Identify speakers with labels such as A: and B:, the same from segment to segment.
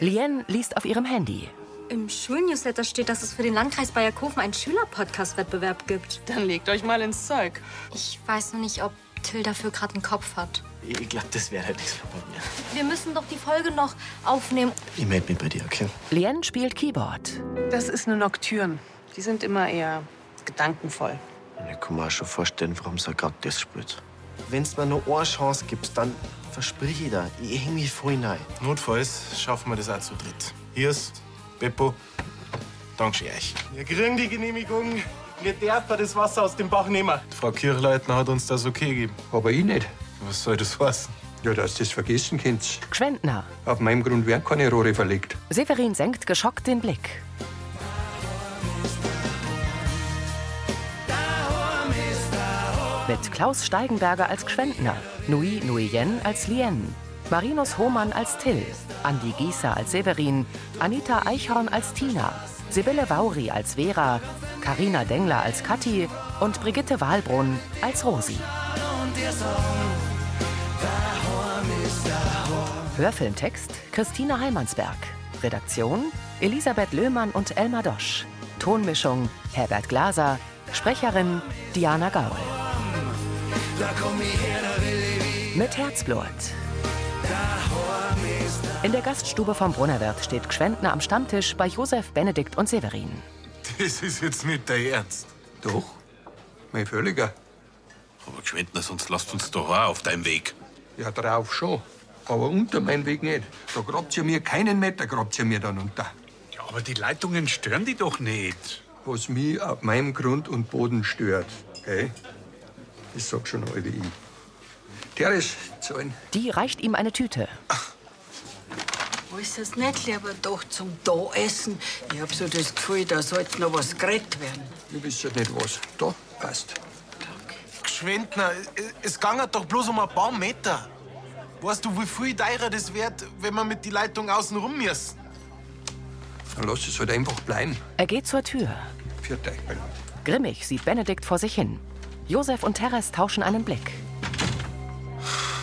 A: Lien liest auf ihrem Handy.
B: Im Schulnewsletter steht, dass es für den Landkreis Bayerkofen einen Schüler-Podcast-Wettbewerb gibt.
C: Dann legt euch mal ins Zeug.
B: Ich weiß noch nicht, ob Till dafür gerade einen Kopf hat.
D: Ich glaube, das wäre halt nichts von mir.
B: Wir müssen doch die Folge noch aufnehmen.
D: Ich melde mich bei dir, okay?
A: Lien spielt Keyboard.
C: Das ist eine Nocturne. Die sind immer eher gedankenvoll.
D: Ich kann mir auch schon vorstellen, warum sie gerade das spielt. Wenn mir nur eine Chance gibst, dann versprich ich dir, ich häng mich voll rein.
E: Notfalls schaffen wir das auch zu dritt. Hier ist Beppo. Dankeschön euch. Wir kriegen die Genehmigung. Wir dürfen das Wasser aus dem Bach nehmen. Die Frau Kirchleitner hat uns das okay gegeben.
F: Aber ich nicht.
E: Was soll das heißen?
F: Ja, dass das vergessen könnt.
A: Gschwendner.
F: Auf meinem Grund werden keine Rohre verlegt.
A: Severin senkt geschockt den Blick. Mit Klaus Steigenberger als Gschwendner, Nui Nuyen als Lien, Marinus Hohmann als Till, Andi Gieser als Severin, Anita Eichhorn als Tina, Sibylle Vauri als Vera, Karina Dengler als Kathi und Brigitte Wahlbrunn als Rosi. Hörfilmtext Christine Heimansberg. Redaktion Elisabeth Löhmann und Elmar Dosch. Tonmischung Herbert Glaser. Sprecherin Diana Gaul. Mit Herzblut. In der Gaststube vom Brunnerwirt steht Gschwendner am Stammtisch bei Josef, Benedikt und Severin.
E: Das ist jetzt nicht der Ernst.
F: Doch, mein völliger.
G: Aber Gschwendner, sonst lasst uns doch auch auf deinem Weg.
F: Ja, drauf schon. Aber unter meinen Weg nicht. Da grabt ihr mir keinen Meter, grabt ihr mir dann unter.
G: Ja, aber die Leitungen stören die doch nicht.
F: Was mich auf meinem Grund und Boden stört. Gell? Ich sag schon alle ich. Teres, zahlen.
A: Die reicht ihm eine Tüte.
H: Ist es nicht lieber doch zum Da-Essen? Ich hab so das Gefühl, da sollte noch was geredet werden.
F: Ihr wisst nicht was. Da, passt.
E: Geschwindner, es ging doch bloß um ein paar Meter. Weißt du, wie viel teurer das wird, wenn wir mit die Leitung außen rum müssen?
F: Dann lasst es halt einfach bleiben.
A: Er geht zur Tür.
F: Für euch, weil
A: Grimmig sieht Benedikt vor sich hin. Josef und Teres tauschen einen Blick.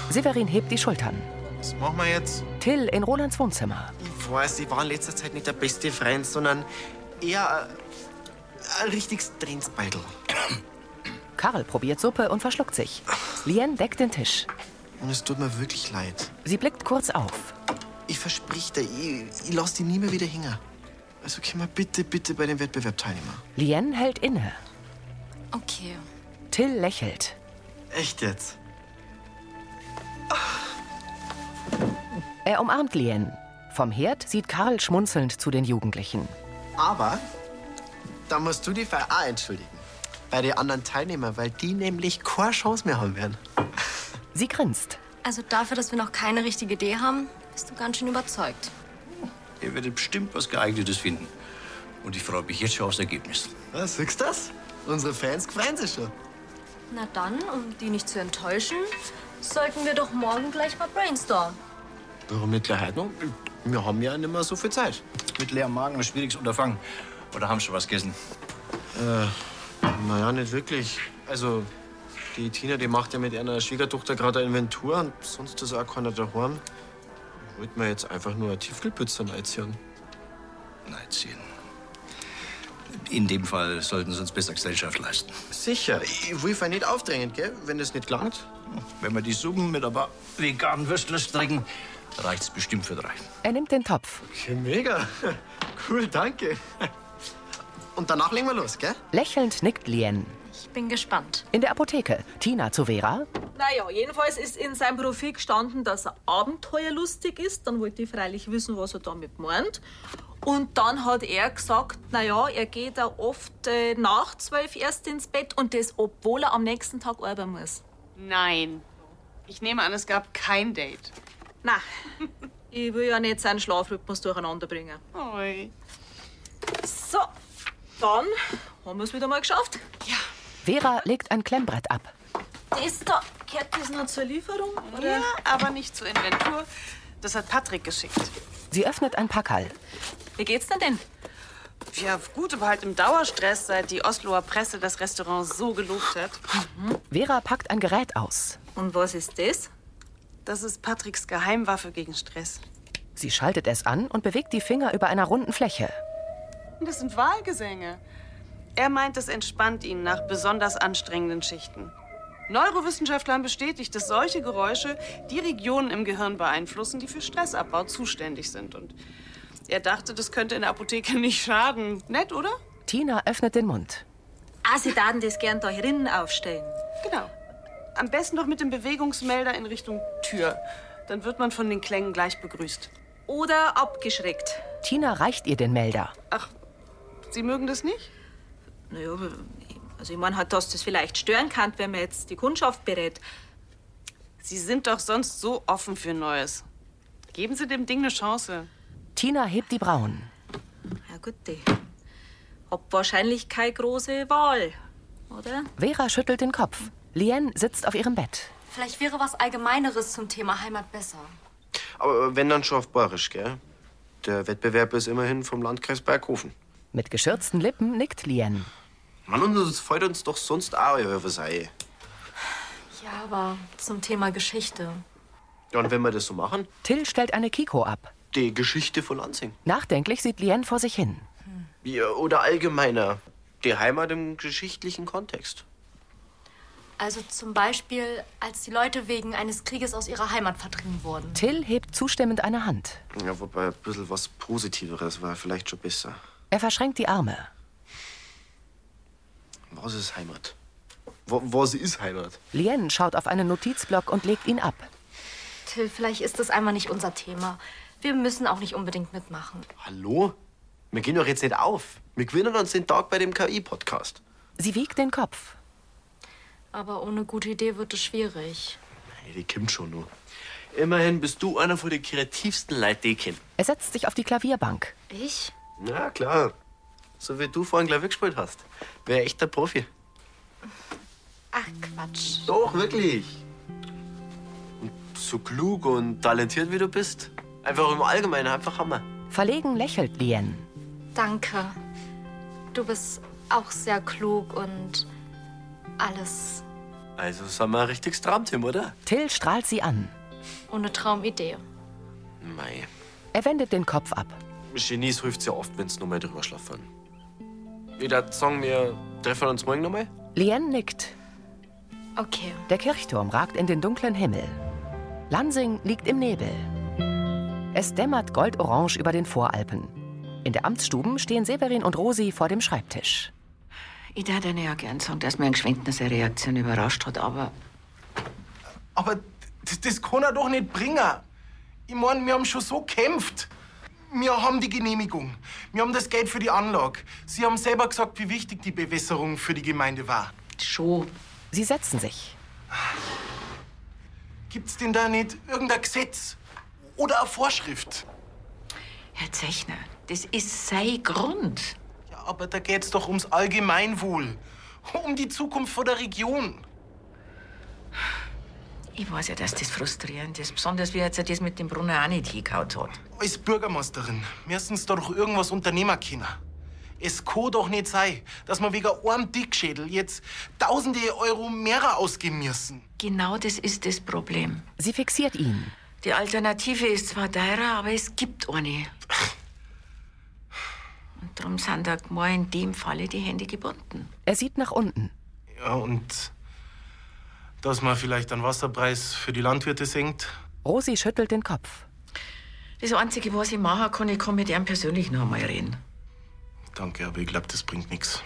A: Severin hebt die Schultern.
E: Was machen wir jetzt?
A: Till in Rolands Wohnzimmer.
D: Ich weiß, ich war in letzter Zeit nicht der beste Freund, sondern eher ein, ein richtiges Trendsbeitel.
A: Karl probiert Suppe und verschluckt sich. Lien deckt den Tisch.
D: Und es tut mir wirklich leid.
A: Sie blickt kurz auf.
D: Ich versprich dir, ich, ich lass dich nie mehr wieder hängen. Also können wir bitte, bitte bei dem Wettbewerb teilnehmen.
A: Lien hält inne.
B: Okay.
A: Till lächelt.
D: Echt jetzt?
A: Er umarmt Lien. Vom Herd sieht Karl schmunzelnd zu den Jugendlichen.
D: Aber da musst du die Fall auch entschuldigen. Bei den anderen Teilnehmern, weil die nämlich keine Chance mehr haben werden.
A: Sie grinst.
B: Also dafür, dass wir noch keine richtige Idee haben, bist du ganz schön überzeugt.
I: Ihr werdet bestimmt was Geeignetes finden. Und ich freue mich jetzt schon aufs Ergebnis.
D: Was, siehst du das? Unsere Fans freuen sich schon.
B: Na dann, um die nicht zu enttäuschen, sollten wir doch morgen gleich mal brainstormen.
D: Warum nicht gleich heute noch? Wir haben ja nicht mehr so viel Zeit.
I: Mit leerem Magen ein schwieriges Unterfangen. Oder haben schon was gegessen?
D: Naja, nicht wirklich. Also, die Tina, die macht ja mit ihrer Schwiegertochter gerade eine Inventur und sonst ist auch keiner daheim. Wollt mir jetzt einfach nur eine Tiefkühlpizza einziehen.
I: Nein, ziehen. In dem Fall sollten Sie uns besser Gesellschaft leisten.
D: Sicher, ich will fein nicht aufdrängen, gell? Wenn das nicht langt.
I: Wenn wir die Suppen mit ein paar veganen Würstlern strecken, reicht's bestimmt für drei.
A: Er nimmt den Topf.
D: Okay, mega. Cool, danke. Und danach legen wir los, gell?
A: Lächelnd nickt Lien.
B: Ich bin gespannt.
A: In der Apotheke. Tina zu Vera.
J: Naja, jedenfalls ist in seinem Profil gestanden, dass er abenteuerlustig ist. Dann wollte ich freilich wissen, was er damit meint. Und dann hat er gesagt, naja, er geht da oft äh, nach zwölf erst ins Bett und das, obwohl er am nächsten Tag arbeiten muss.
C: Nein. Ich nehme an, es gab kein Date.
J: Na, ich will ja nicht seinen Schlafrhythmus durcheinander bringen.
C: Oi.
J: So, dann haben wir es wieder mal geschafft.
A: Vera legt ein Klemmbrett ab.
J: Das da, gehört das noch zur Lieferung? Oder?
C: Ja, aber nicht zur Inventur. Das hat Patrick geschickt.
A: Sie öffnet ein Packerl.
J: Wie geht's denn denn?
C: Ja, gut, aber halt im Dauerstress, seit die Osloer Presse das Restaurant so gelobt hat.
A: Vera packt ein Gerät aus.
J: Und was ist das?
C: Das ist Patricks Geheimwaffe gegen Stress.
A: Sie schaltet es an und bewegt die Finger über einer runden Fläche.
C: Das sind Wahlgesänge. Er meint, es entspannt ihn nach besonders anstrengenden Schichten. Neurowissenschaftler haben bestätigt, dass solche Geräusche die Regionen im Gehirn beeinflussen, die für Stressabbau zuständig sind. Und er dachte, das könnte in der Apotheke nicht schaden. Nett, oder?
A: Tina öffnet den Mund.
J: Ah, Sie würden das gern da drinnen aufstellen.
C: Genau. Am besten doch mit dem Bewegungsmelder in Richtung Tür. Dann wird man von den Klängen gleich begrüßt.
J: Oder abgeschreckt.
A: Tina reicht ihr den Melder.
C: Ach, Sie mögen das nicht?
J: Naja, also ich meine halt, dass das vielleicht stören kann, wenn man jetzt die Kundschaft berät.
C: Sie sind doch sonst so offen für Neues. Geben Sie dem Ding eine Chance.
A: Tina hebt die Brauen.
J: Ja gut, die. Hab wahrscheinlich keine große Wahl, oder?
A: Vera schüttelt den Kopf. Lien sitzt auf ihrem Bett.
B: Vielleicht wäre was Allgemeineres zum Thema Heimat besser.
D: Aber wenn, dann schon auf Bayerisch, gell? Der Wettbewerb ist immerhin vom Landkreis Berghofen.
A: Mit geschürzten Lippen nickt Lien.
D: Mann, und das freut uns doch sonst auch, über was ei.
B: Ja, aber zum Thema Geschichte.
D: Ja, und wenn wir das so machen?
A: Till stellt eine Kiko ab.
D: Die Geschichte von Lansing.
A: Nachdenklich sieht Lien vor sich hin.
D: Ja, oder allgemeiner. Die Heimat im geschichtlichen Kontext.
B: Also zum Beispiel, als die Leute wegen eines Krieges aus ihrer Heimat vertrieben wurden.
A: Till hebt zustimmend eine Hand.
D: Ja, wobei ein bisschen was Positiveres war vielleicht schon besser.
A: Er verschränkt die Arme.
D: Was ist Heimat? Wa- Was ist Heimat?
A: Lien schaut auf einen Notizblock und legt ihn ab.
B: Till, vielleicht ist das einmal nicht unser Thema. Wir müssen auch nicht unbedingt mitmachen.
D: Hallo? Wir gehen doch jetzt nicht auf. Wir gewinnen uns den Tag bei dem KI-Podcast.
A: Sie wiegt den Kopf.
B: Aber ohne gute Idee wird es schwierig.
D: Hey, die kommt schon nur. Immerhin bist du einer von den kreativsten Leuten, die ich kenn.
A: Er setzt sich auf die Klavierbank.
B: Ich?
D: Na klar. So wie du vorhin Klavier gespielt hast. Wär echt der Profi.
B: Ach, Quatsch.
D: Doch, wirklich. Und so klug und talentiert wie du bist. Einfach im Allgemeinen einfach Hammer.
A: Verlegen lächelt Lien.
B: Danke. Du bist auch sehr klug und alles
D: Also sind wir ein richtiges Traumteam, oder?
A: Till strahlt sie an.
B: ohne Traumidee.
D: Mei.
A: Er wendet den Kopf ab.
D: Genies hilft's ja oft, wenn's nochmal drüber schlafen. Ich würde sagen, wir treffen uns morgen nochmal.
A: Lien nickt.
B: Okay.
A: Der Kirchturm ragt in den dunklen Himmel. Lansing liegt im Nebel. Es dämmert goldorange über den Voralpen. In der Amtsstuben stehen Severin und Rosi vor dem Schreibtisch.
H: Ich darf dir ja gern sagen, dass mein Geschwindner seine Reaktion überrascht hat, aber
E: Aber das, das kann er doch nicht bringen. Ich meine, wir haben schon so gekämpft. Wir haben die Genehmigung. Wir haben das Geld für die Anlage. Sie haben selber gesagt, wie wichtig die Bewässerung für die Gemeinde war.
H: schon.
A: Sie setzen sich.
E: Gibt's denn da nicht irgendein Gesetz oder eine Vorschrift?
H: Herr Zechner, das ist sein Grund.
E: Ja, aber da geht's doch ums Allgemeinwohl. Um die Zukunft von der Region.
H: Ich weiß ja, dass das frustrierend ist, besonders wie er jetzt das mit dem Brunner auch nicht hingehaut hat.
E: Als Bürgermeisterin müssen's da doch irgendwas unternehmen können. Es kann doch nicht sein, dass man wegen einem Dickschädel jetzt tausende Euro mehr ausgeben müssen.
H: Genau das ist das Problem.
A: Sie fixiert ihn.
H: Die Alternative ist zwar teurer, aber es gibt eine. Und darum sind da mal in dem Falle die Hände gebunden.
A: Er sieht nach unten.
E: Ja, und dass man vielleicht einen Wasserpreis für die Landwirte senkt.
A: Rosi schüttelt den Kopf.
H: Das Einzige, was ich machen kann, ich kann mit ihm persönlich noch einmal reden.
E: Danke, aber ich glaube, das bringt nichts.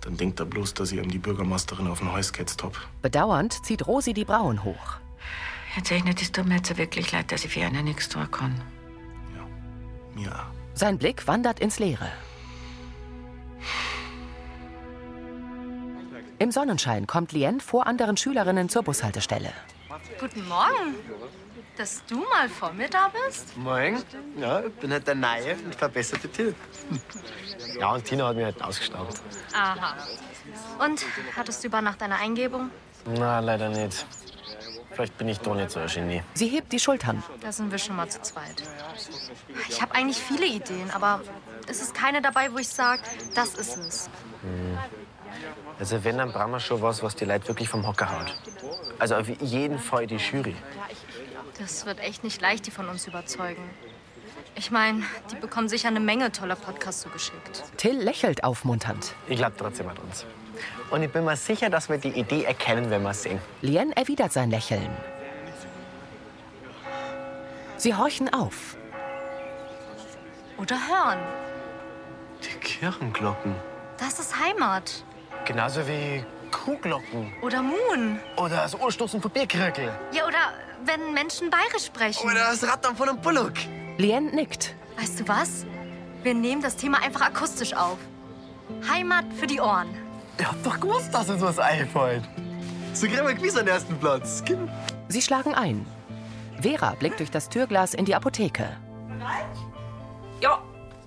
E: Dann denkt er bloß, dass ich ihm die Bürgermeisterin auf den Hals gehetzt hab.
A: Bedauernd zieht Rosi die Brauen hoch.
H: Herr Zechner, das tut mir jetzt wirklich leid, dass ich für einen nichts tun kann.
E: Mir auch.
A: Sein Blick wandert ins Leere. Im Sonnenschein kommt Lien vor anderen Schülerinnen zur Bushaltestelle.
B: Guten Morgen. Dass du mal vor mir da bist?
D: Morgen? Ja, ich bin halt der neue und verbesserte Till. Ja, und Tina hat mich halt ausgestaubt.
B: Aha. Und hattest du über Nacht eine Eingebung?
K: Na, leider nicht. Vielleicht bin ich doch nicht so ein Genie.
A: Sie hebt die Schultern.
B: Da sind wir schon mal zu zweit. Ich habe eigentlich viele Ideen, aber es ist keine dabei, wo ich sage, das ist es.
K: Hm. Also wenn, dann brauchen wir schon was, was die Leute wirklich vom Hocker haut. Also auf jeden Fall die Jury.
B: Das wird echt nicht leicht, die von uns überzeugen. Ich meine, die bekommen sicher eine Menge toller Podcasts zugeschickt.
A: Till lächelt aufmunternd.
K: Ich glaube trotzdem an uns. Und ich bin mir sicher, dass wir die Idee erkennen, wenn wir es sehen.
A: Lien erwidert sein Lächeln. Sie horchen auf.
B: Oder hören.
K: Die Kirchenglocken.
B: Das ist Heimat.
K: Genauso wie Kuhglocken.
B: Oder Moon.
K: Oder das Ohrstoßen von Bierkrökel.
B: Ja, oder wenn Menschen bayerisch sprechen.
K: Oder das Rattern von einem Bullock.
A: Lien nickt.
B: Weißt du was? Wir nehmen das Thema einfach akustisch auf. Heimat für die Ohren.
K: Ihr habt doch gewusst, dass uns was einfällt. So kriegen wir Quiz an den ersten Platz. Gib-
A: Sie schlagen ein. Vera blickt durch das Türglas in die Apotheke.
J: Ja,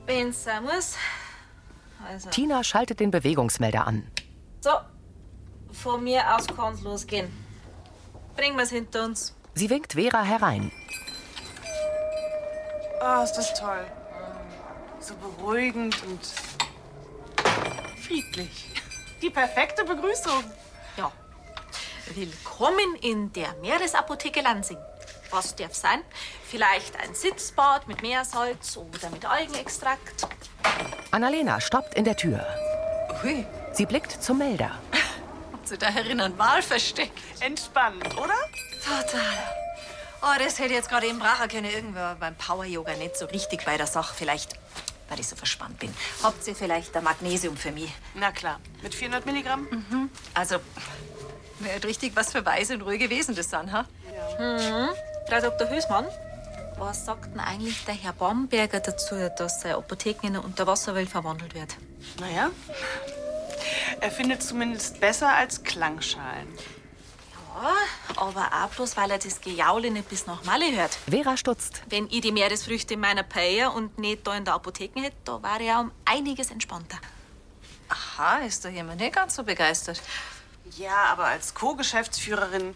J: wenn's sein muss. Also,
A: Tina schaltet den Bewegungsmelder an.
J: so. Von mir aus kann's losgehen. Bringen wir's hinter uns.
A: Sie winkt Vera herein.
C: Oh, ist das toll. So beruhigend und friedlich. Die perfekte Begrüßung.
J: Ja. Willkommen in der Meeresapotheke Lansing. Was darf sein? Vielleicht ein Sitzbad mit Meersalz oder mit Algenextrakt.
A: Annalena stoppt in der Tür.
H: Hui,
A: Sie blickt zum Melder.
H: habt ihr da erinnern Wahlversteck?
C: Entspannt, oder?
H: Total. Oh, das hätte ich jetzt gerade eben brauchen können. Irgendwer beim Power-Yoga nicht so richtig bei der Sache. Vielleicht, weil ich so verspannt bin. Habt ihr vielleicht ein Magnesium für mich?
C: Na klar, mit 400 Milligramm?
H: Mhm. Also, wäre halt richtig was für weise und ruhige Wesen das sind, ha?
J: Mhm. Frau Dr. Hülsmann, was sagt denn eigentlich der Herr Bamberger dazu, dass seine Apotheken in eine Unterwasserwelt verwandelt wird?
C: Naja. Er findet zumindest besser als Klangschalen.
J: Ja, aber auch bloß, weil er das Gejaule nicht bis nach Malle hört.
A: Vera stutzt.
J: Wenn ich die Meeresfrüchte in meiner Paella und nicht da in der Apotheke hätte, da wäre ich um einiges entspannter.
H: Aha, ist da jemand nicht ganz so begeistert.
C: Ja, aber als Co-Geschäftsführerin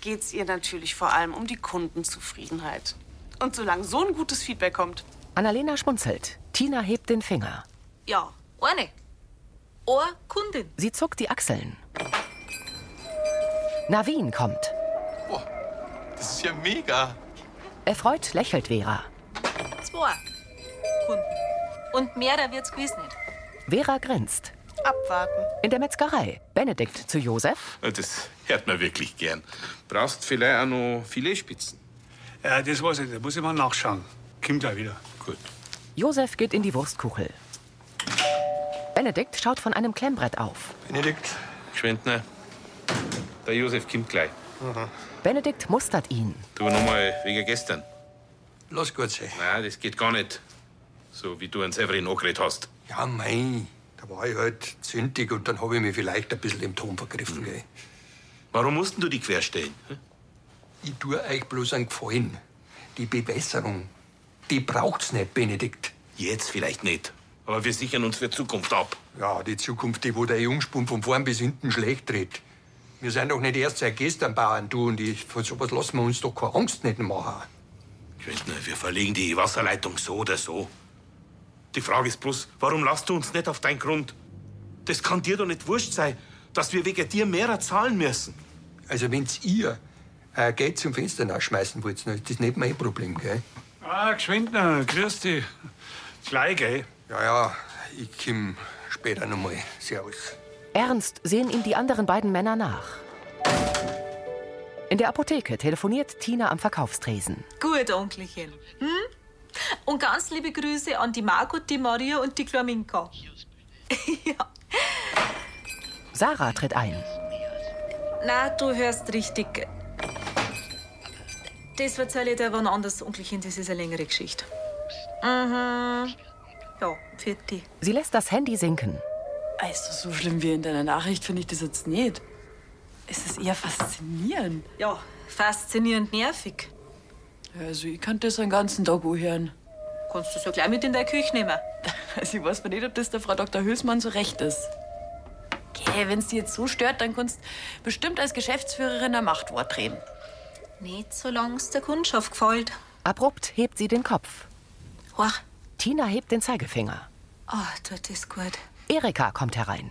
C: geht's ihr natürlich vor allem um die Kundenzufriedenheit. Und solange so ein gutes Feedback kommt,
A: Annalena schmunzelt. Tina hebt den Finger.
J: Ja, eine. Eine Kundin.
A: Sie zuckt die Achseln. Navin kommt.
L: Das ist ja mega.
A: Erfreut lächelt Vera.
J: Zwei Kunden. Und mehr, da wird's gewiss nicht.
A: Vera grinst.
C: abwarten.
A: In der Metzgerei. Benedikt zu Josef.
G: Das hört man wirklich gern. Brauchst vielleicht auch noch Filetspitzen.
M: Ja, das weiß ich nicht. Da muss ich mal nachschauen. Kommt ja wieder. Gut.
A: Josef geht in die Wurstkuchel. Benedikt schaut von einem Klemmbrett auf.
G: Benedikt. Geschwindner. Der Josef kommt gleich.
A: Benedikt mustert ihn.
G: Du nochmal wegen gestern.
F: Lass gut sein.
G: Nein, das geht gar nicht. So wie du an Severin angeredet hast.
F: Ja, mei, da war ich halt zündig und dann habe ich mich vielleicht ein bisschen im Ton vergriffen. Gell.
G: Warum mussten du die querstellen? Hm?
F: Ich tue euch bloß einen Gefallen. Die Bewässerung, die braucht's nicht, Benedikt.
G: Jetzt vielleicht nicht. Aber wir sichern uns für Zukunft ab.
F: Ja, die Zukunft, die wo der Jungspund von vorn bis hinten schlecht dreht. Wir sind doch nicht erst seit gestern Bauern, du und ich. Von sowas lassen wir uns doch keine Angst nicht machen.
G: Geschwindner, wir verlegen die Wasserleitung so oder so. Die Frage ist bloß, warum lasst du uns nicht auf deinen Grund? Das kann dir doch nicht wurscht sein, dass wir wegen dir mehr zahlen müssen.
F: Also, wenn's ihr äh, Geld zum Fenster nachschmeißen wollt, dann ist das nicht mein Problem, gell?
M: Ah, Geschwindner, grüß dich. Gleich, gell?
F: Ja, ja, ich komm später nochmal. Servus.
A: Ernst sehen ihm die anderen beiden Männer nach. In der Apotheke telefoniert Tina am Verkaufstresen.
J: Gut, Onkelchen. Hm? Und ganz liebe Grüße an die Margot, die Maria und die Klaminka.
A: Sarah tritt ein.
J: Na, du hörst richtig. Das erzähle ich dir wann anders, Onkelchen. Das ist eine längere Geschichte. Mhm. Ja, für die.
A: Sie lässt das Handy sinken.
N: Also, so schlimm wie in deiner Nachricht finde ich das jetzt nicht. Es ist eher faszinierend.
J: Ja, faszinierend nervig.
N: Also, ich kann das den ganzen Tag anhören.
J: Kannst du so gleich mit in der Küche nehmen?
N: Also, ich weiß mir nicht, ob das der Frau Dr. Hülsmann so recht ist. Geh, wenn's dir jetzt so stört, dann kannst bestimmt als Geschäftsführerin ein Machtwort drehen.
J: Nicht solange es der Kundschaft gefällt.
A: Abrupt hebt sie den Kopf.
J: Hoch.
A: Tina hebt den Zeigefinger.
J: Ah, tut das gut.
A: Erika kommt herein.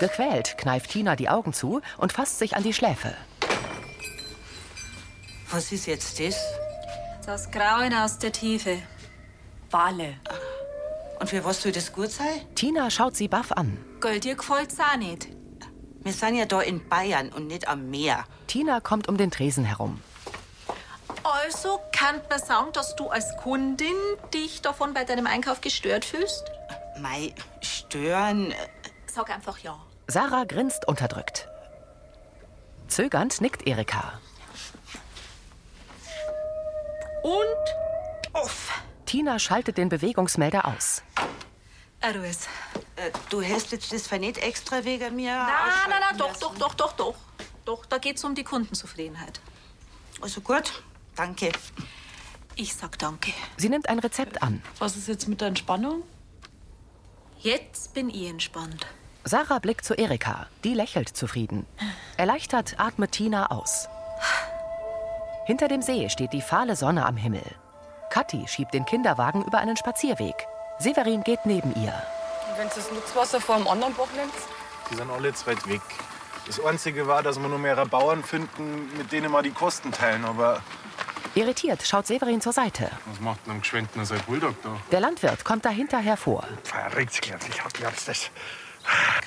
A: Gequält kneift Tina die Augen zu und fasst sich an die Schläfe.
O: Was ist jetzt das?
P: Das Grauen aus der Tiefe.
Q: Wale.
R: Und für was soll das gut sein?
A: Tina schaut sie baff an.
P: Gell, dir gefällt's auch nicht.
R: Wir sind ja da in Bayern und nicht am Meer.
A: Tina kommt um den Tresen herum.
J: Also kann man sagen, dass du als Kundin dich davon bei deinem Einkauf gestört fühlst?
R: Mei, stören.
J: Sag einfach ja.
A: Sarah grinst unterdrückt. Zögernd nickt Erika.
J: Und off.
A: Tina schaltet den Bewegungsmelder aus.
R: Aruis. Äh, Du hast jetzt das für nicht extra wegen mir.
J: Na,
R: ausschalten
J: na, na, doch,
R: lassen.
J: doch, doch, doch, doch. Doch, da geht's um die Kundenzufriedenheit.
R: Also gut, danke.
J: Ich sag danke.
A: Sie nimmt ein Rezept an.
Q: Was ist jetzt mit der Entspannung?
J: Jetzt bin ich entspannt.
A: Sarah blickt zu Erika. Die lächelt zufrieden. Erleichtert atmet Tina aus. Hinter dem See steht die fahle Sonne am Himmel. Kathi schiebt den Kinderwagen über einen Spazierweg. Severin geht neben ihr.
Q: Wenn du das Nutzwasser vor dem anderen Bach nimmst?
E: Die sind alle zu weit weg. Das Einzige war, dass wir nur mehrere Bauern finden, mit denen wir die Kosten teilen. Aber
A: Irritiert schaut Severin zur Seite.
E: was macht denn am Geschwendten sein Bulldog da?
A: Der Landwirt kommt dahinter hervor.
E: Verrückt, ich hab ja das.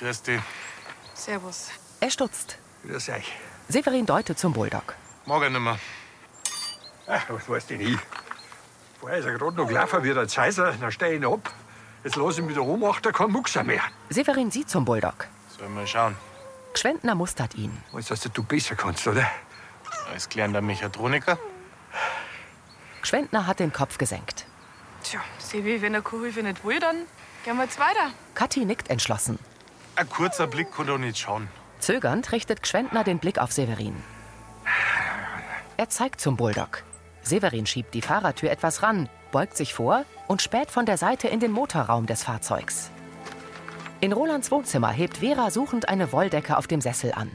G: Grüß dich.
Q: Servus.
A: Er stutzt.
F: Grüß euch.
A: Severin deutet zum Bulldog.
G: Morgen nimmer.
F: Ach, was weiß denn ich? Vorher ist er gerade noch gelaufen wie der Zeiser, dann stehe ich ihn ab. Jetzt lasse ich mich da umachten, kein Muxer mehr.
A: Severin sieht zum Bulldog.
G: Sollen wir schauen.
A: Gschwendner mustert ihn.
F: Weißt du, dass du besser kannst, oder?
G: Als gelernter Mechatroniker.
A: Gschwendner hat den Kopf gesenkt.
S: Tja, Sebi, wenn der Kuhhilfe nicht will, dann gehen wir jetzt weiter.
A: Kathi nickt entschlossen.
G: Ein kurzer Blick konnte doch nicht schauen.
A: Zögernd richtet Gschwendner den Blick auf Severin. Er zeigt zum Bulldog. Severin schiebt die Fahrertür etwas ran, beugt sich vor und späht von der Seite in den Motorraum des Fahrzeugs. In Rolands Wohnzimmer hebt Vera suchend eine Wolldecke auf dem Sessel an.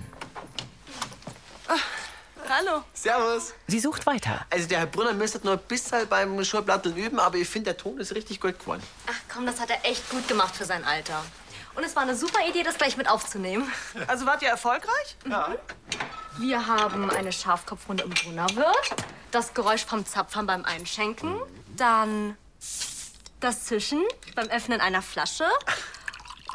S: Hallo.
D: Servus.
A: Sie sucht weiter.
D: Also der Herr Brunner müsste noch ein bisschen beim Schulplattel üben, aber ich finde, der Ton ist richtig gut geworden.
B: Ach komm, das hat er echt gut gemacht für sein Alter. Und es war eine super Idee, das gleich mit aufzunehmen.
C: Also wart ihr erfolgreich?
B: Ja. Wir haben eine Schafkopfrunde im Brunnerwirt, das Geräusch vom Zapfern beim Einschenken, dann das Zischen beim Öffnen einer Flasche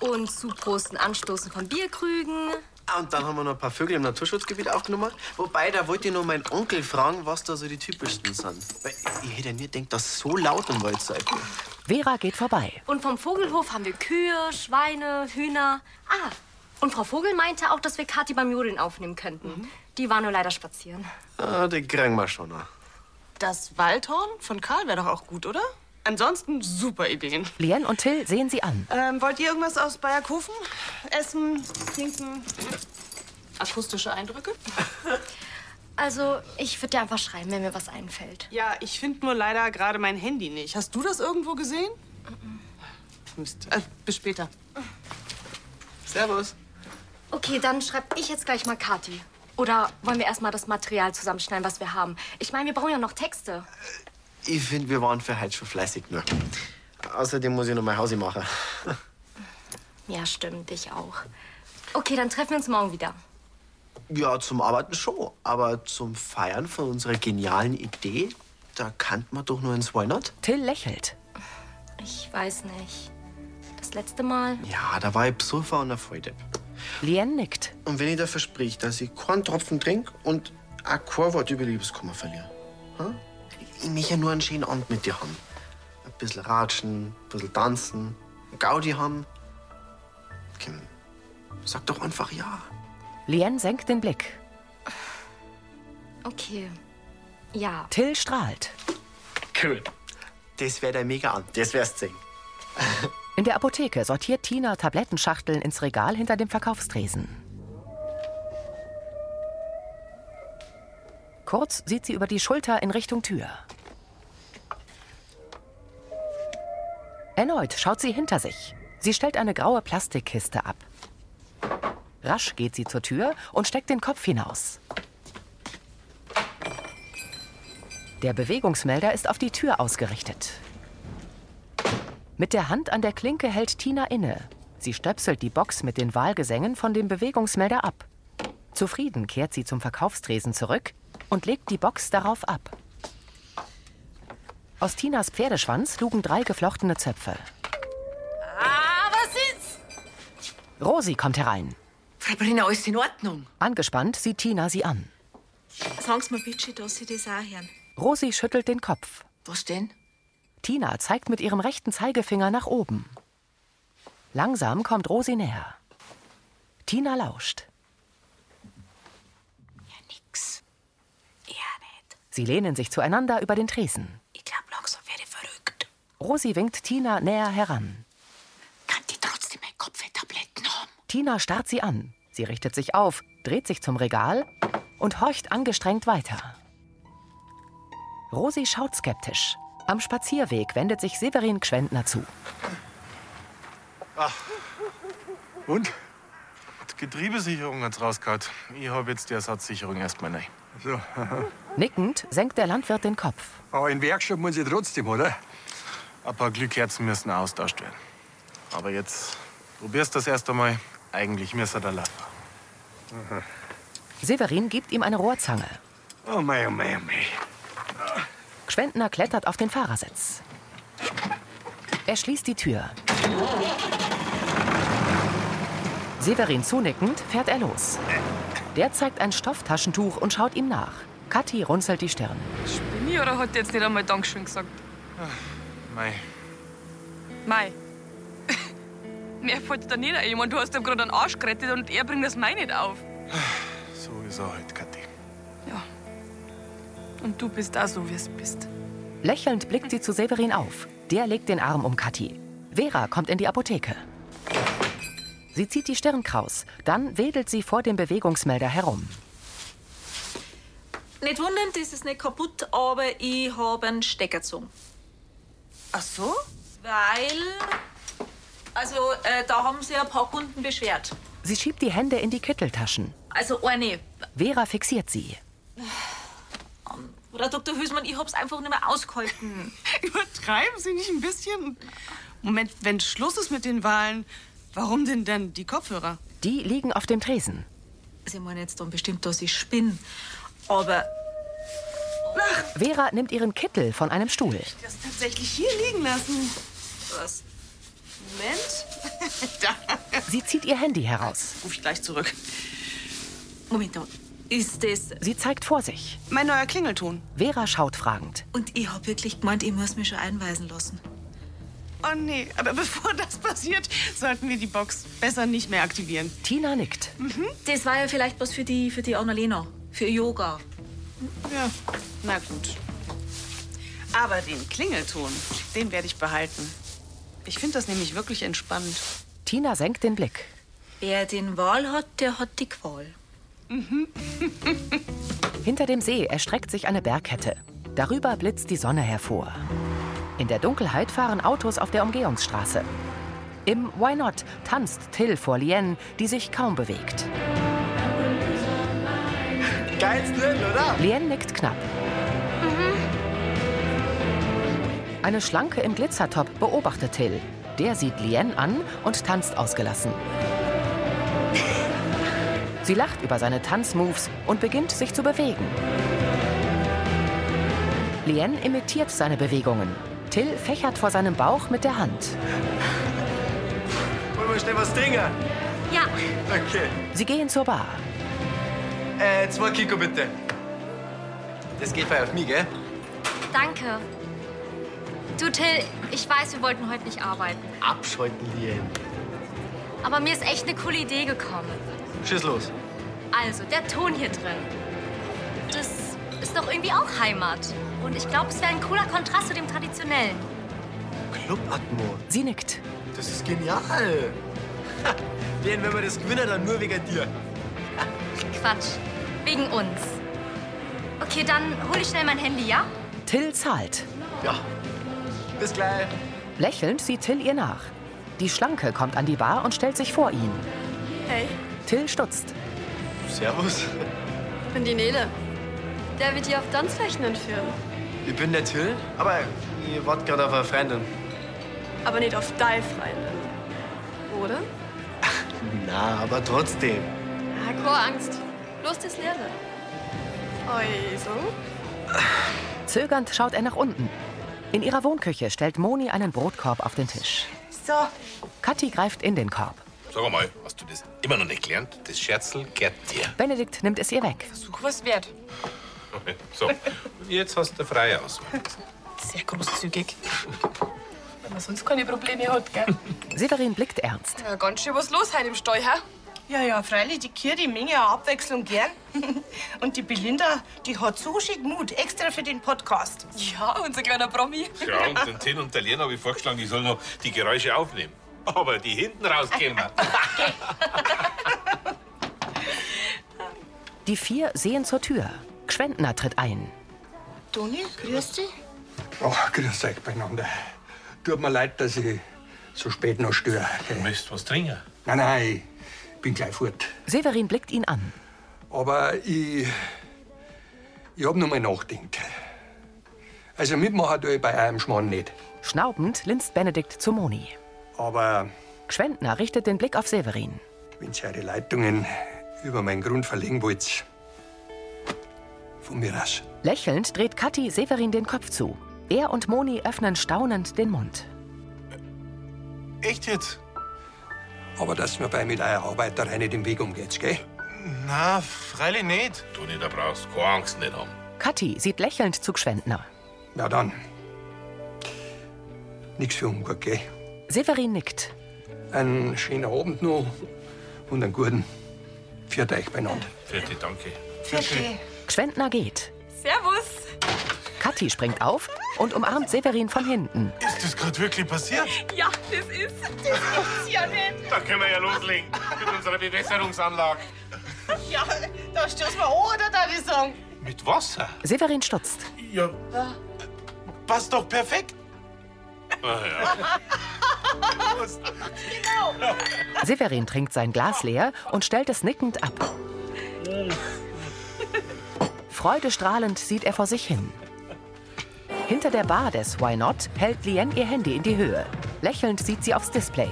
B: und Zuprosten, Anstoßen von Bierkrügen.
D: Ah, Und dann haben wir noch ein paar Vögel im Naturschutzgebiet aufgenommen. Wobei, da wollte ich noch meinen Onkel fragen, was da so die typischsten sind. Weil ich hätte ja nie gedacht, dass so laut um im Wald sein kann.
A: Vera geht vorbei.
B: Und vom Vogelhof haben wir Kühe, Schweine, Hühner. Ah, und Frau Vogel meinte auch, dass wir Kathi beim Jodeln aufnehmen könnten. Die war nur leider spazieren.
D: Ah, den kriegen wir schon noch.
C: Das Waldhorn von Karl wäre doch auch gut, oder? Ansonsten super Ideen.
A: Lien und Till sehen sie an.
C: Ähm, wollt ihr irgendwas aus Bayerkofen? Essen, trinken? Akustische Eindrücke?
B: Also, ich würde dir einfach schreiben, wenn mir was einfällt.
C: Ja, ich finde nur leider gerade mein Handy nicht. Hast du das irgendwo gesehen? Mist. Äh, bis später.
D: Servus.
B: Okay, dann schreib ich jetzt gleich mal Kathi. Oder wollen wir erstmal das Material zusammenschneiden, was wir haben? Ich meine, wir brauchen ja noch Texte.
D: Ich finde, wir waren für heute schon fleißig genug. Außerdem muss ich noch mein Hausi machen.
B: Ja, stimmt, ich auch. Okay, dann treffen wir uns morgen wieder.
D: Ja, zum Arbeiten schon. Aber zum Feiern von unserer genialen Idee, da kann man doch nur ins Weinert.
A: Till lächelt.
B: Ich weiß nicht. Das letzte Mal.
D: Ja, da war ich Psuffer und ein Volldepp.
A: Lien nickt.
D: Und wenn ich da versprich, dass ich keinen Tropfen trinke und ein kein Wort über Liebeskummer verliere, hm? ich möchte ja nur einen schönen Abend mit dir haben. Ein bisschen ratschen, ein bisschen tanzen, ein Gaudi haben. Kim, sag doch einfach ja.
A: Lien senkt den Blick.
B: Okay. Ja.
A: Till strahlt.
D: Cool. Das wär der mega an. Das wär's zehn.
A: In der Apotheke sortiert Tina Tablettenschachteln ins Regal hinter dem Verkaufstresen. Kurz sieht sie über die Schulter in Richtung Tür. Erneut schaut sie hinter sich. Sie stellt eine graue Plastikkiste ab. Rasch geht sie zur Tür und steckt den Kopf hinaus. Der Bewegungsmelder ist auf die Tür ausgerichtet. Mit der Hand an der Klinke hält Tina inne. Sie stöpselt die Box mit den Wahlgesängen von dem Bewegungsmelder ab. Zufrieden kehrt sie zum Verkaufstresen zurück und legt die Box darauf ab. Aus Tinas Pferdeschwanz lugen drei geflochtene Zöpfe.
T: Ah, was ist?
A: Rosi kommt herein.
T: Frau Brunner, alles in Ordnung?
A: Angespannt sieht Tina sie an.
J: Sagen Sie mir bitte, dass Sie das auch hören.
A: Rosi schüttelt den Kopf.
T: Was denn?
A: Tina zeigt mit ihrem rechten Zeigefinger nach oben. Langsam kommt Rosi näher. Tina lauscht.
T: Nix. Ja, nicht.
A: Sie lehnen sich zueinander über den Tresen.
T: Ich glaub, langsam werde ich verrückt.
A: Rosi winkt Tina näher heran.
T: Kann die trotzdem ein Kopfwehtabletten haben?
A: Tina starrt sie an. Sie richtet sich auf, dreht sich zum Regal und horcht angestrengt weiter. Rosi schaut skeptisch. Am Spazierweg wendet sich Severin Gschwendner zu.
L: Ach. Und? Die Getriebesicherung hat's rausgehauen. Ich hab jetzt die Ersatzsicherung erstmal rein.
F: So.
A: Nickend senkt der Landwirt den Kopf.
L: Aber in Werkstatt muss ich trotzdem, oder? Ein paar Glückherzen müssen austauscht werden. Aber jetzt probierst das erst einmal. Eigentlich müsste der laufen.
A: Severin gibt ihm eine Rohrzange.
L: Oh mei, oh mei, oh mei.
A: Gschwendner klettert auf den Fahrersitz. Er schließt die Tür. Severin zunickend fährt er los. Der zeigt ein Stofftaschentuch und schaut ihm nach. Kathi runzelt die Stirn.
U: Bin ich oder hat der jetzt nicht einmal Dankeschön gesagt?
L: Mei.
U: Mei. Mehr fällt da nicht ein. Ich mein, du hast ihm gerade einen Arsch gerettet und er bringt das Mei nicht auf.
L: So ist er halt, Kathi.
U: Und du bist auch so, wie es bist.
A: Lächelnd blickt sie zu Severin auf. Der legt den Arm um Kathi. Vera kommt in die Apotheke. Sie zieht die Stirn kraus, dann wedelt sie vor dem Bewegungsmelder herum.
J: Nicht wundern, das ist nicht kaputt, aber ich habe einen Stecker gezogen.
O: Ach so?
J: Weil. Also, äh, da haben sich ein paar Kunden beschwert.
A: Sie schiebt die Hände in die Kitteltaschen.
J: Also, eine.
A: Vera fixiert sie.
J: Oder Dr. Hülsmann, ich hab's einfach nicht mehr ausgehalten.
C: Übertreiben Sie nicht ein bisschen? Moment, wenn Schluss ist mit den Wahlen, warum denn dann die Kopfhörer?
A: Die liegen auf dem Tresen.
J: Sie meinen Also, jetzt dann bestimmt, dass ich spinne. Aber
A: Vera nimmt ihren Kittel von einem Stuhl.
C: Das tatsächlich hier liegen lassen.
J: Was?
C: Moment. da
A: Sie zieht ihr Handy heraus.
C: rufe ich gleich zurück.
J: Moment, da ist das.
A: Sie zeigt vor sich.
C: Mein neuer Klingelton.
A: Vera schaut fragend.
J: Und ich hab wirklich gemeint, ich muss mich schon einweisen lassen.
C: Oh nee, aber bevor das passiert, sollten wir die Box besser nicht mehr aktivieren.
A: Tina nickt.
J: Das war ja vielleicht was für die, für die Annalena. Für Yoga.
C: Ja, na gut. Aber den Klingelton, den werde ich behalten. Ich finde das nämlich wirklich entspannend.
A: Tina senkt den Blick.
J: Wer den Wahl hat, der hat die Qual.
A: Hinter dem See erstreckt sich eine Bergkette. Darüber blitzt die Sonne hervor. In der Dunkelheit fahren Autos auf der Umgehungsstraße. Im Why Not tanzt Till vor Lien, die sich kaum bewegt.
K: Geil's drin, oder?
A: Lien nickt knapp. Eine Schlanke im Glitzertop beobachtet Till. Der sieht Lien an und tanzt ausgelassen. Sie lacht über seine Tanzmoves und beginnt sich zu bewegen. Lien imitiert seine Bewegungen. Till fächert vor seinem Bauch mit der Hand.
K: Wollen wir schnell was trinken?
V: Ja.
K: Okay.
A: Sie gehen zur Bar.
K: Äh, zwei Kiko bitte. Das geht bei auf mich, gell?
V: Danke. Du, Till, ich weiß, wir wollten heute nicht arbeiten.
K: Abschalten, Lien.
V: Aber mir ist echt eine coole Idee gekommen.
K: Schieß los.
V: Also, der Ton hier drin. Das ist doch irgendwie auch Heimat. Und ich glaube, es wäre ein cooler Kontrast zu dem traditionellen.
K: Clubatmo.
A: Sie nickt.
K: Das ist genial. Ha, Lien, wenn wir das gewinnen, dann nur wegen dir.
V: Quatsch. Wegen uns. Okay, dann hole ich schnell mein Handy, ja?
A: Till zahlt.
K: Ja. Bis gleich.
A: Lächelnd sieht Till ihr nach. Die Schlanke kommt an die Bar und stellt sich vor ihn.
W: Hey,
A: Till stutzt.
K: Servus.
W: ich bin die Nele. Der wird dir auf Tanzflächen entführen.
K: Ich bin der Till, aber ich warte gerade auf eine Freundin.
W: Aber nicht auf deine Freundin. Oder?
K: Na, aber trotzdem.
W: Ja, keine Angst. Bloß das Leere. Oi, so?
A: Zögernd schaut er nach unten. In ihrer Wohnküche stellt Moni einen Brotkorb auf den Tisch.
C: So.
A: Kathi greift in den Korb.
G: Sag mal, hast du das immer noch nicht gelernt? Das Scherzel gehört dir.
A: Benedikt nimmt es ihr weg.
C: Such was wert.
G: So, jetzt hast du frei aus.
C: Sehr großzügig. Wenn man sonst keine Probleme hat, gell?
A: Severin blickt ernst.
C: Ja, ganz schön was los heute im Stall, hä? Ja, ja, freilich, die Kirche, die Menge an Abwechslung gern. Und die Belinda, die hat so schick Mut, extra für den Podcast. Ja, unser kleiner Promi.
G: Ja, und den Till und der Lena habe ich vorgeschlagen, die sollen noch die Geräusche aufnehmen. Aber die hinten rauskämen.
A: Die vier sehen zur Tür. Gschwendner tritt ein.
C: Toni, grüß dich.
F: Oh, grüß euch beieinander. Tut mir leid, dass ich so spät noch störe. Du
G: möchtest was trinken?
F: Nein, nein, ich bin gleich fort.
A: Severin blickt ihn an.
F: Aber ich. Ich hab noch mal nachgedacht. Also mitmachen tue ich bei einem Schmarrn nicht.
A: Schnaubend linst Benedikt zu Moni.
F: Aber
A: Gschwendner richtet den Blick auf Severin.
F: wenn ihr eure Leitungen über meinen Grund verlegen wollt, von mir aus.
A: Lächelnd dreht Kathi Severin den Kopf zu. Er und Moni öffnen staunend den Mund.
F: Echt jetzt? Aber dass mir bei mit eurer Arbeit da rein nicht im Weg umgeht, gell?
E: Na, freilich nicht.
G: Toni, da brauchst du keine Angst nicht haben.
A: Kathi sieht lächelnd zu Gschwendner.
F: Na dann. Nix für Ungut, gell?
A: Severin nickt.
F: Einen schönen Abend noch und einen guten. Für euch beieinander.
G: Vierte, danke.
A: Gschwendner geht.
X: Servus.
A: Kathi springt auf und umarmt Severin von hinten.
E: Ist das gerade wirklich passiert?
X: Ja, das ist. Das gibt's ja nicht.
G: Da können wir ja loslegen mit unserer Bewässerungsanlage.
C: Ja, da stößt man an, oder, da die Song?
G: Mit Wasser?
A: Severin stutzt.
E: Ja, passt doch perfekt.
G: Ah, ja.
C: genau.
A: Severin trinkt sein Glas leer und stellt es nickend ab. Freudestrahlend sieht er vor sich hin. Hinter der Bar des Why Not hält Lien ihr Handy in die Höhe. Lächelnd sieht sie aufs Display.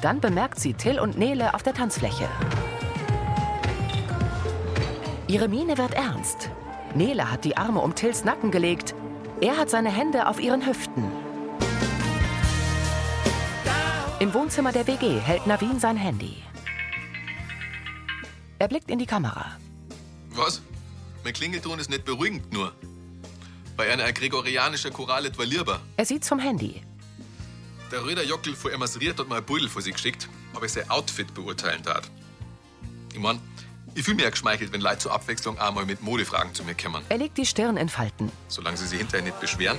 A: Dann bemerkt sie Till und Nele auf der Tanzfläche. Ihre Miene wird ernst. Nele hat die Arme um Tills Nacken gelegt. Er hat seine Hände auf ihren Hüften. Im Wohnzimmer der WG hält Navin sein Handy. Er blickt in die Kamera.
Y: Was? Mein Klingelton ist nicht beruhigend nur. Bei einer gregorianischen Chorale etwa lieber.
A: Er sieht zum Handy.
Y: Der Röder Jockel vor Emasriert hat mal ein Pudel vor sie geschickt, ob er sein Outfit beurteilen darf. Ich mein, ich fühle mich ja geschmeichelt, wenn Leute zur Abwechslung einmal mit Modefragen zu mir kommen.
A: Er legt die Stirn in Falten.
Y: Solange sie sich hinterher nicht beschweren.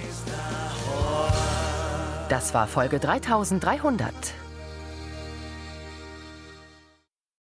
A: Das war Folge 3300.